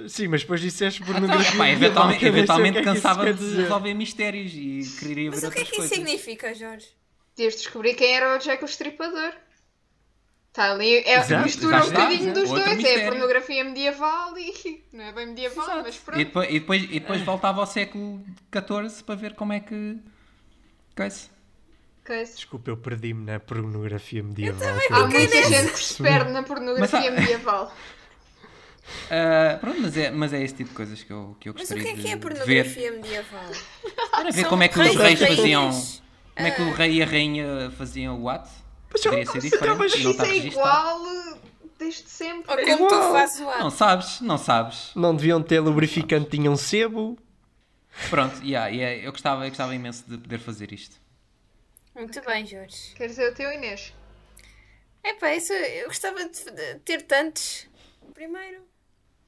S2: Sim, mas depois disseste
S5: Então,
S2: pornografia.
S5: epá, eventualmente
S2: Eu não sei
S5: eventualmente
S2: o que é que isso
S5: cansava
S2: quer
S5: de
S2: dizer.
S5: resolver mistérios e queria ver
S3: Mas o que é
S5: outras
S3: que isso
S5: coisas.
S3: significa, Jorge?
S4: Deves descobrir quem era o Jack o Estripador. Está ali, é,
S2: Exato,
S4: mistura um
S5: exato,
S4: bocadinho
S5: exato.
S4: dos
S5: Outro
S4: dois, é
S5: mistério.
S4: pornografia medieval e não é bem medieval, mas pronto. Ah.
S5: E depois, e, depois, e depois voltava ao século XIV para ver como é que. é Coisa.
S4: Coisa.
S2: Desculpa, eu perdi-me na pornografia medieval.
S4: Há
S2: Aquilo-
S4: muita gente que se perde na pornografia
S5: Mas há-
S4: medieval.
S5: Ah, pronto, mas é, mas é esse tipo de coisas que eu, que eu
S3: Mas o
S5: gostaria
S3: que é que é
S5: de-
S3: a
S5: de ver.
S3: pornografia medieval?
S4: Ah,
S5: Era ver
S3: São
S5: como é que os
S3: reis e
S5: reis
S3: rainhas.
S5: faziam. Como é que o
S3: Ah.
S5: rei e a rainha faziam o ato?
S2: Mas eu-
S5: Poderia
S2: mas
S5: ser
S2: eu
S5: diferente,
S2: estava-
S5: e
S4: Isso
S5: está
S4: é
S5: registado.
S4: igual eh, desde sempre.
S3: Ou como tu
S2: Uau.
S3: fazes o ato?
S5: Não sabes, não sabes.
S2: Não deviam ter lubrificante, tinham sebo.
S5: Pronto, yeah, yeah, eu, gostava, eu gostava imenso de poder fazer isto.
S3: Muito bem, Jorge.
S4: Quer dizer, o teu Inês.
S3: Epá, isso eu gostava de de ter tantos. Primeiro,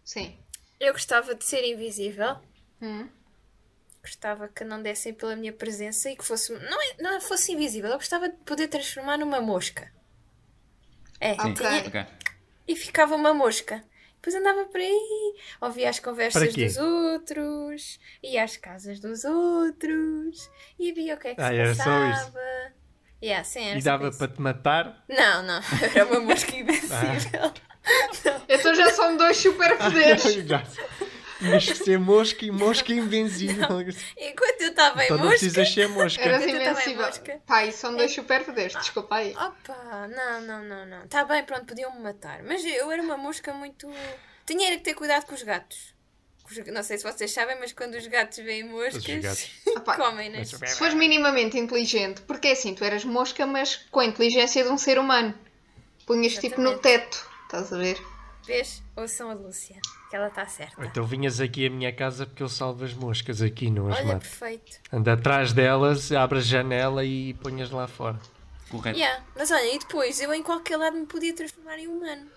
S4: Sim.
S3: eu gostava de ser invisível.
S4: Hum.
S3: Gostava que não dessem pela minha presença e que fosse. Não, é- não fosse invisível, eu gostava de poder transformar numa mosca. É,
S5: Sim,
S4: Ok.
S5: ok.
S3: e ficava uma mosca. Depois andava por aí, ouvia as
S2: Para
S3: conversas
S2: quê?
S3: dos outros, ia às casas dos outros e via o que é que
S2: Ah,
S3: se
S2: era só
S3: passava.
S2: isso.
S3: Yeah, sim, era
S2: E
S3: só
S2: dava
S3: isso.
S2: para Ah. te matar.
S3: Não, não, era uma mosca invencível.
S4: Então já são dois superpoderes.
S2: Mas ser mosca e mosca invencível.
S3: Enquanto eu estava em
S2: Então não
S3: mosca.
S2: precisas ser mosca.
S4: Eras
S3: Eu também,
S4: invencível.
S3: mosca.
S4: Pá, e são dois superpoderes, desculpa aí.
S3: Opa, não, não, não, não. Está bem, pronto, podiam-me matar. Mas eu era uma mosca muito. Tinha era que ter cuidado com os gatos. Com os- Não sei se vocês sabem, mas quando os gatos veem moscas, né?
S2: gatos.
S4: Opa,
S3: comem-nas.
S4: Se fores minimamente inteligente, porque é assim, tu eras mosca, mas com a inteligência de um ser humano. Punhas tipo no
S3: Exatamente.
S4: teto, estás a ver?
S3: Vês? Ouçam a Lúcia, que ela está certa.
S2: Então vinhas aqui à minha casa porque eu salvo as moscas aqui, não as
S3: Olha,
S2: mato.
S3: perfeito.
S2: Anda atrás delas, abre a janela e ponhas lá fora.
S5: Correto.
S3: Yeah. Mas olha, e depois eu em qualquer lado me podia transformar em humano.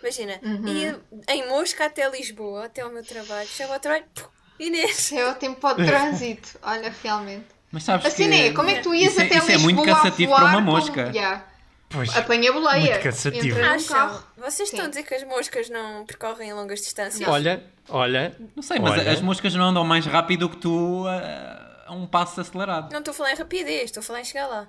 S3: Imagina,
S4: Uhum.
S3: ia em Mosca até Lisboa, até ao meu trabalho, chegava ao trabalho, puf, Inês.
S4: É o tempo para o trânsito, olha, realmente.
S5: Mas sabes
S4: A cena
S5: que
S4: é, como é que tu ias
S5: isso é,
S4: até
S5: isso
S4: Lisboa
S5: é muito
S4: a
S5: cansativo
S4: voar
S5: para uma
S4: como-
S5: mosca.
S4: Yeah.
S2: Pois,
S4: Apanha boleia.
S2: Muito cansativo.
S4: Entra num
S3: Acham?
S4: um carro.
S3: Vocês estão a
S4: Sim.
S3: dizer que as moscas não percorrem longas distâncias?
S2: olha, olha.
S5: Não sei, mas
S2: olha,
S5: as moscas não andam mais rápido que tu a, a um passo acelerado.
S3: Não estou a falar em rapidez, estou a falar em chegar lá.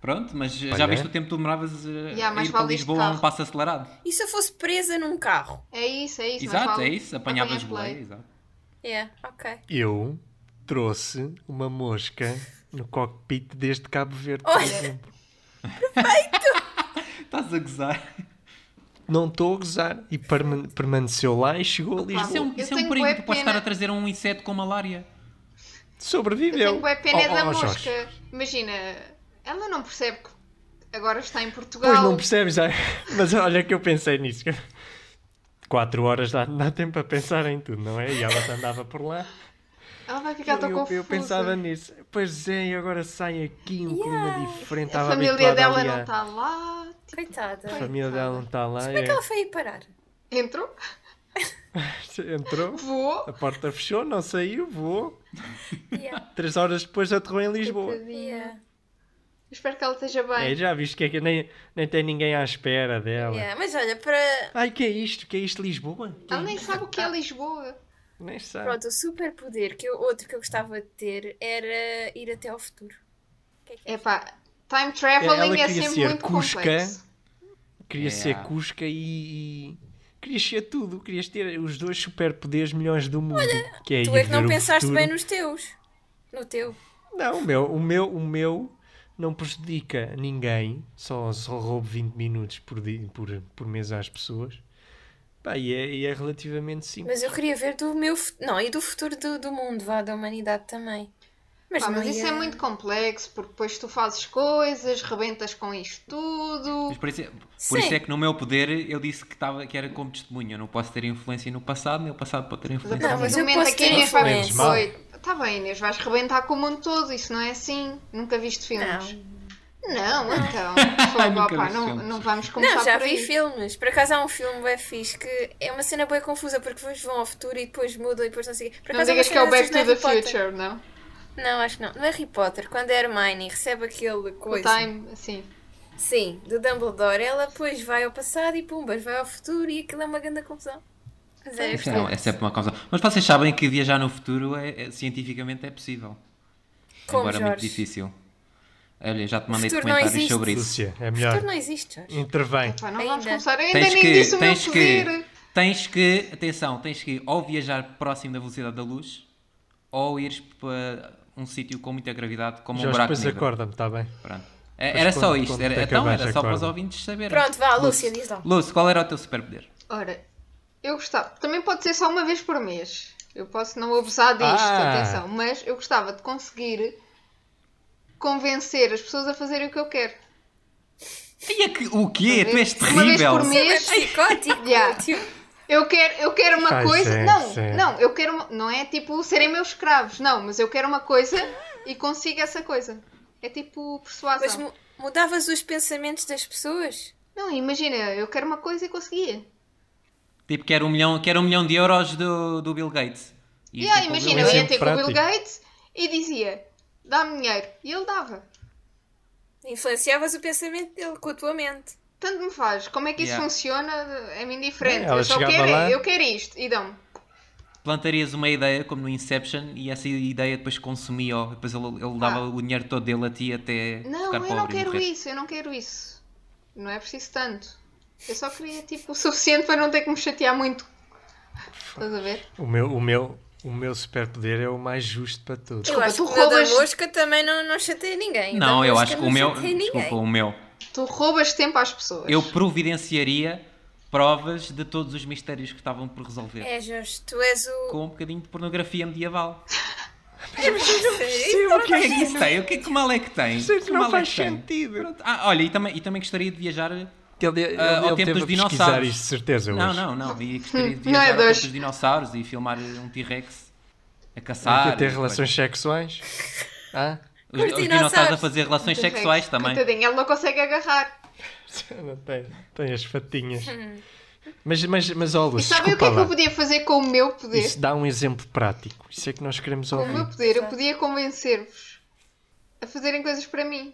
S5: Pronto, mas já
S2: Olha.
S5: viste o tempo que tu demoravas a,
S4: Yeah,
S5: a
S4: mais
S5: ir para
S4: vale isto
S5: Lisboa a um
S4: carro.
S5: passo acelerado.
S3: E se eu fosse presa num carro?
S4: É isso, é isso. mas
S5: exato,
S4: vale.
S5: é isso. Apanhavas
S4: Apanhas boleia.
S5: boleia, exato.
S3: Yeah, ok.
S2: Eu trouxe uma mosca no cockpit deste Cabo Verde. por
S3: Olha.
S2: exemplo.
S5: Estás a gozar.
S2: Não estou a gozar. E permane- permaneceu lá e chegou a
S5: Isso é
S2: Lisboa.
S5: um,
S4: Tipo, Eu
S5: isso é um
S4: tenho
S5: perigo.
S4: bué
S5: Tu podes
S4: pena.
S5: estar a trazer um inseto com malária.
S4: Eu
S2: Sobreviveu.
S4: tenho bué é pena
S2: Oh,
S4: da
S2: oh, Jorge.
S4: mosca. é Imagina, ela não percebe que agora está em Portugal.
S2: Pois não percebes, já. mas olha que eu pensei nisso. Quatro horas dá, dá tempo a pensar em tudo, não é? E ela andava por lá.
S4: Ela vai ficar
S2: Eu,
S4: tão
S2: eu-
S4: confusa.
S2: eu pensava nisso. Pois é, e agora sai aqui um clima diferente.
S4: A
S2: Estava
S4: família
S2: habituada
S4: dela
S2: ali
S4: não tá
S2: a-
S4: está lá. tipo,
S3: Coitada.
S2: A família dela não está lá.
S3: Como é que ela foi aí parar?
S4: Entrou,
S2: é. Entrou,
S4: voou.
S2: a porta fechou, não saiu, voou.
S3: Yeah,
S2: Três horas depois aterrou em Lisboa.
S4: Tadinha.
S3: yeah,
S4: Espero que ela esteja
S2: É,
S4: Tipo, bem.
S2: já viste que, é que nem, nem tem ninguém à espera dela.
S3: yeah. Mas olha, para.
S2: Ai, que é isto? Que é isto, Lisboa? Que é
S4: Ela nem
S2: isto?
S4: sabe o que é Lisboa.
S2: Nem sabe.
S3: Pronto, o superpoder que eu, outro que eu gostava de ter era ir até ao futuro. O que é que é?
S4: Epá, time
S2: Ela
S4: traveling é
S2: queria
S4: sempre
S2: ser
S4: muito
S2: Cusca.
S4: complexo.
S2: Queria
S5: Yeah.
S2: ser Cusca e, e- Querias ser tudo. Querias ter os dois superpoderes melhores do mundo. que é
S3: Tu
S2: ir
S3: é que
S2: ver
S3: não
S2: o
S3: pensaste
S2: futuro.
S3: bem nos teus. No teu.
S2: Não, o meu, o meu, o meu não prejudica ninguém, só, só roubo 20 minutos por, dia, por, por mês às pessoas. Pá, e, é, e é relativamente simples.
S3: Mas eu queria ver do meu. fu- Não, e do futuro do, do mundo, vá, da humanidade também. Mas,
S4: Pá,
S3: não
S4: mas isso
S3: ia-
S4: é muito complexo, porque depois tu fazes coisas, rebentas com isto tudo.
S5: Mas por isso, é- por
S3: Sim.
S5: isso é que no meu poder eu disse que, estava, que era como testemunha. Eu não posso ter influência no passado, meu passado pode ter
S4: Mas
S5: influência.
S4: a é
S3: Não,
S5: no
S4: partir
S3: mas
S4: do
S3: eu
S4: momento
S3: posso
S4: em que a
S3: ter
S4: Inês vai ver
S2: influência.
S4: dezoito, Tá bem, Inês, vais rebentar com o mundo todo, isso não é assim. Nunca viste filmes?
S3: Não.
S4: Não, então.
S5: Nunca
S4: Fogo, opá,
S5: vi
S4: não,
S5: filmes.
S4: não vamos começar
S3: Não, já
S4: tá por
S3: vi
S4: aí.
S3: filmes. Por acaso há um filme bem fixe que é uma cena bem confusa porque depois vão ao futuro e depois mudam e depois não sei o quê. Por
S4: Não
S3: acaso há uma
S4: digas que é o
S3: cena
S4: Back
S3: dessas
S4: to
S3: no
S4: the
S3: Harry Potter.
S4: Future, não?
S3: Não, acho que não. No Harry Potter, quando a Hermione recebe aquele
S4: O
S3: coisa.
S4: Time, assim.
S3: Sim, do Dumbledore, ela depois vai ao passado e pumbas, vai ao futuro e aquilo é uma grande confusão. Mas é
S5: Isso é, é
S3: verdade.
S5: sempre uma causa. Mas vocês sabem que viajar no futuro é, é- cientificamente é possível.
S3: Como,
S5: Embora muito
S3: Jorge?
S5: difícil. Olha, já te mandei
S3: futuro não
S5: documentários
S3: existe.
S5: sobre isso.
S2: Lúcia, é
S3: O
S2: melhor.
S3: futuro não existe, Jorge.
S2: Intervém.
S4: Pá, não vamos
S3: Ainda.
S4: começar. Eu ainda
S5: Tens
S4: nem
S5: que,
S4: disse o meu
S5: tens que,
S4: poder.
S5: tens que, atenção, tens que ou viajar próximo da velocidade da luz ou ires para um sítio com muita gravidade, como um
S2: Jorge,
S5: buraco
S2: depois
S5: negro.
S2: acorda-me, está bem?
S5: Pronto. É- Era
S2: quando-
S5: só isto,
S2: quando
S5: era,
S2: te
S5: então
S2: acabares,
S5: era só para os
S2: acorda.
S5: ouvintes saberem.
S3: Pronto, vá, Lúcia, diz lá.
S5: Lúcio, qual era o teu superpoder?
S4: Ora, eu gostava. Também pode ser só uma vez por mês. Eu posso não abusar disto,
S2: Ah.
S4: atenção. Mas eu gostava de conseguir convencer as pessoas a fazerem o que eu quero.
S5: Ai, é que- o quê?
S4: Uma
S5: Tu
S4: vez-
S5: és
S4: uma vez
S5: terrível.
S4: por mês.
S3: É psicótico,
S4: Yeah. Tá
S3: tio.
S4: Eu quero, eu quero uma
S2: Ai,
S4: coisa.
S2: sim,
S4: não,
S2: sim.
S4: não, eu quero. Uma... Não é tipo serem meus escravos, não, mas eu quero uma coisa e consigo essa coisa. É tipo persuasão.
S3: Mas mu- mudavas os pensamentos das pessoas?
S4: Não, imagina, eu quero uma coisa e conseguia.
S5: Tipo, quero um milhão, quero um milhão de euros do, do Bill Gates. E
S2: é
S4: E aí,
S5: tipo, o Bill
S4: imagina, eu
S5: Gates-
S4: ia
S2: Sempre
S4: ter com o Bill
S2: um prático.
S4: Gates e dizia: dá-me dinheiro. E ele dava.
S3: Influenciavas o pensamento dele com a tua mente.
S4: Tanto me faz. Como é que isso
S5: Yeah.
S4: funciona? É-me
S2: É,
S4: indiferente.
S2: Ela
S4: eu só
S2: chegava
S4: quero, é,
S2: lá-
S4: eu quero isto. E
S5: É
S4: dão-me.
S5: tipo plantarias uma ideia, como no Inception, e essa ideia depois consumia, ó, depois ele, ele dava o dinheiro todo dele a ti até
S4: Ah. Não,
S5: ficar
S4: eu
S5: pobre
S4: não
S5: e
S4: quero
S5: morrer.
S4: isso, eu não quero isso. Não é preciso tanto. Eu só queria, tipo, o suficiente para não ter que me chatear muito. Estás a ver?
S2: O meu, o meu, o meu superpoder é o mais justo para todos.
S3: eu
S4: Desculpa,
S3: acho
S4: tu
S3: que o meu
S4: roubas-
S3: da mosca também não, não chateia ninguém. O
S5: Não,
S3: da
S5: eu
S3: mosca
S5: acho que
S3: não
S5: o meu.
S3: chateia ninguém.
S5: Desculpa, o meu.
S4: Tu roubas tempo às pessoas.
S5: Eu providenciaria provas de todos os mistérios que estavam por resolver.
S3: É, Jorge, tu és o.
S5: Com um bocadinho de pornografia medieval.
S2: Sim, o que é
S5: O que é que tem? O que é que mal é que tem?
S2: Isso é que
S5: Que
S2: não
S5: mal é
S2: faz
S5: que tem?
S2: sentido.
S5: Pronto. Ah, olha, e também, e também gostaria de viajar.
S2: Ele, ele,
S5: Ah, ao
S2: ele
S5: tempo
S2: teve
S5: dos
S2: a pesquisar
S5: dinossauros.
S2: isto, de certeza,
S5: Não,
S2: hoje.
S5: não, não. E gostaria de
S4: Não é
S5: viajar ao tempo
S4: dois.
S5: dos dinossauros e filmar um T-Rex a
S2: Aqui
S5: caçar.
S2: a ter
S5: e
S2: relações sexuais. Ah?
S5: depois- Os,
S3: Com
S5: os
S3: os
S5: dinossauros a
S3: dinossauros.
S5: fazer relações sexuais também.
S4: Coitadinho, ele não consegue agarrar.
S2: Não tem, tem as fatinhas. Mas, mas, mas olha,
S4: E sabem o que é que eu podia fazer com o meu poder?
S2: Isso dá um exemplo prático. Isso é que nós queremos
S4: Com o meu
S2: ouvir.
S4: poder, eu podia convencer-vos a fazerem coisas para mim.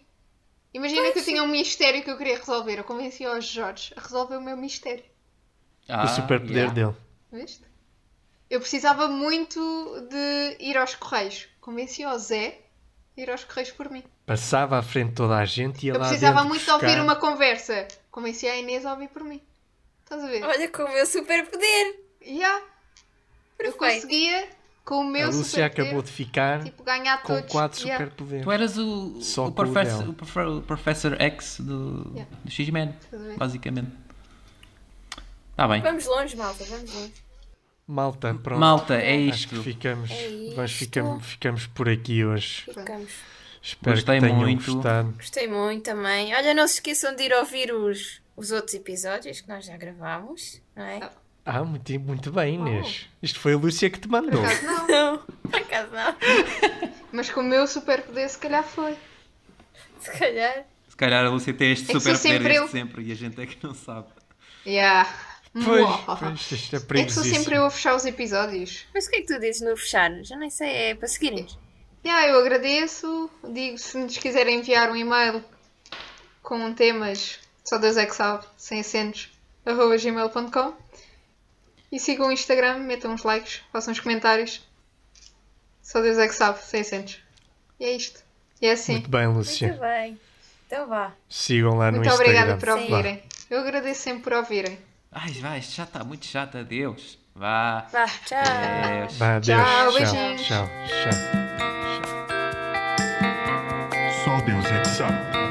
S4: Imagina que eu tinha um mistério que eu queria resolver. Eu convencia os Jorge a resolver o meu mistério.
S5: Ah,
S2: o superpoder
S5: yeah.
S2: dele.
S4: Viste? Eu precisava muito de ir aos correios. Convenci o Zé a ir aos correios por mim.
S2: Passava à frente de toda a gente e ia
S4: Eu
S2: lá
S4: precisava
S2: dentro
S4: muito de
S2: buscar.
S4: ouvir uma conversa. Convenci a Inês a ouvir por mim. Estás a ver?
S3: Olha com o meu superpoder!
S4: Yeah. Eu
S3: Perfeito.
S4: conseguia com o meu
S2: A Lúcia
S4: superpoder,
S2: acabou de ficar
S4: tipo, ganhar
S2: com
S4: todos.
S2: quatro
S4: Yeah.
S2: superpoderes.
S5: Tu é- eras o,
S2: Só
S5: o,
S2: com o
S5: professor,
S2: dela.
S5: o, profe- o Professor X do,
S4: Yeah.
S5: do X-Men,
S4: Tudo bem.
S5: basicamente. Está bem.
S3: Vamos longe, malta, vamos longe.
S2: Malta, pronto.
S5: Malta, é
S2: Acho
S5: isto.
S2: que ficamos,
S3: É
S2: nós
S3: isto.
S2: ficamos, ficamos por aqui hoje.
S3: Ficamos.
S2: Espero
S5: Gostei
S2: que tenham
S5: muito.
S2: gostado.
S3: Gostei muito também. Olha, não se esqueçam de ir ouvir os, os outros episódios que nós já gravámos, não é?
S2: Ah, muito, muito bem, Inês. Isto foi a Lúcia que te
S4: Por
S2: mandou.
S4: acaso não,
S3: Não, por acaso não.
S4: mas com o meu superpoder se calhar foi.
S3: Se calhar.
S5: Se calhar a Lúcia tem este
S4: É que sou
S5: superpoder
S4: sempre
S5: desde
S4: eu.
S5: sempre e a gente é que não sabe.
S4: Yeah.
S2: Pois,
S4: Muah.
S2: pois, isto é
S4: É que sou
S2: perigosíssimo.
S4: sempre eu a fechar os episódios.
S3: Mas o que é que tu dizes no fechar? Já nem sei, é para seguirmos.
S4: Yeah, eu agradeço. Digo, se nos quiserem enviar um e-mail com temas, só Deus é que sabe, sem acentos, arroba gmail.com. E sigam o Instagram, metam uns likes, façam uns comentários. Só Deus é que sabe, sem acentos. E é isto. E é assim.
S2: Muito bem,
S3: Muito
S2: Lúcia.
S3: bem. Então vá.
S2: Sigam lá
S4: Muito,
S2: no Instagram.
S4: obrigada por ouvirem. Eu agradeço sempre por ouvirem.
S5: Ai, vai, isto já está muito chato. Adeus. Vá.
S3: Vá, tchau.
S5: Adeus.
S2: Vá, adeus.
S4: Tchau,
S2: tchau,
S4: beijinhos.
S2: tchau, tchau.
S1: Só Deus é que sabe.